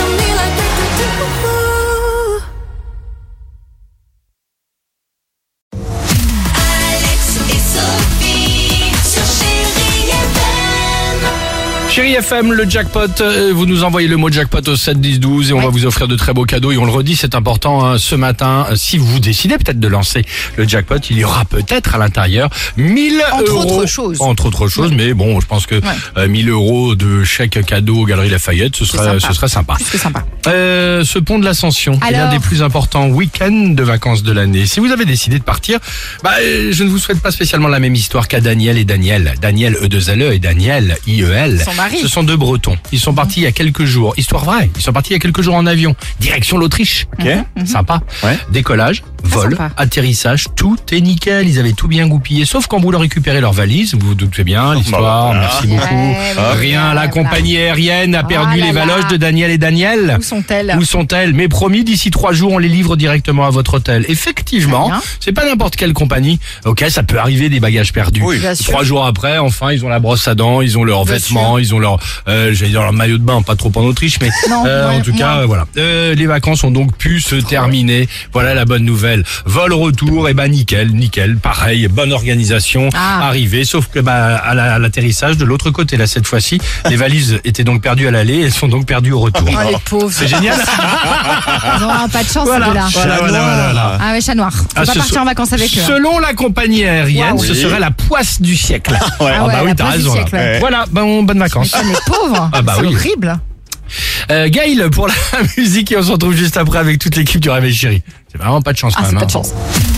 on me like we could do. Alex et Sophie sur Chérie FM. Chérie FM, le jackpot, euh, vous nous envoyez le mot jackpot au 7 10 12 et on va vous offrir de très beaux cadeaux et on le redit, c'est important hein, ce matin, euh, si vous décidez peut-être de lancer le jackpot, il y aura peut-être à l'intérieur 1000 Entre euros. autres choses. Entre autres choses, mais bon, je pense que euh, 1000 euros de chèque cadeau aux Galeries Lafayette, ce serait sympa. ce serait sympa. Plus que sympa. Euh, ce pont de l'Ascension est l'un Alors des plus importants week-ends de vacances de l'année. Si vous avez décidé de partir, bah, euh, je ne vous souhaite pas spécialement la même histoire qu'à Daniel et Daniel. Daniel E E2LE et Daniel IEL. Son mari. Ce sont deux Bretons. Ils sont partis il y a quelques jours. Histoire vraie. Ils sont partis il y a quelques jours en avion. Direction l'Autriche. Hein, Sympa. Ouais. Décollage, vol, sympa. atterrissage, tout est nickel. Ils avaient tout bien goupillé. Sauf quand vous leur récupérez leur valise, vous vous doutez bien, l'histoire, merci beaucoup. Ouais, ouais, Rien, ouais, la voilà. Oh compagnie aérienne a perdu là les là. valoches de Daniel et Daniel. Où sont-elles Où sont-elles Mais promis, d'ici trois jours, on les livre directement à votre hôtel. Effectivement, Très bien. c'est pas n'importe quelle compagnie. Ok, ça peut arriver des bagages perdus. Oui. Bien sûr. Trois jours après, enfin, ils ont la brosse à dents, ils ont leurs Bien vêtements, ils ont leur, euh, j'allais dire leur maillot de bain, pas trop en Autriche, mais Non, euh, ouais, en tout cas, euh, voilà. Euh, les vacances ont donc pu se terminer. Voilà la bonne nouvelle. Vol retour, et ben nickel, nickel, pareil, bonne organisation, Ah. arrivée. Sauf que bah, à la- à l'atterrissage de l'autre côté, là cette fois-ci, les valises étaient donc perdues à l'aller, elles sont donc perdues au retour. Oh, les pauvres. C'est génial. Ils ont un pas de chance, ceux-là. Voilà, voilà, voilà, voilà. Ah ouais, chat noir. Faut Ah, pas ce partir so- en vacances avec eux. hein. Selon la compagnie aérienne, Waouh. ce Oui. serait la poisse du siècle. Ah ouais, bah oui, la t'as place du raison. là. siècle, ouais. Voilà, bon, bonnes vacances. Les pauvres. Ah bah C'est oui. horrible. Euh, Gaël pour la musique et on se retrouve juste après avec toute l'équipe du Réveil Chéri. C'est vraiment pas de chance Ah, quand c'est même. pas de hein. chance.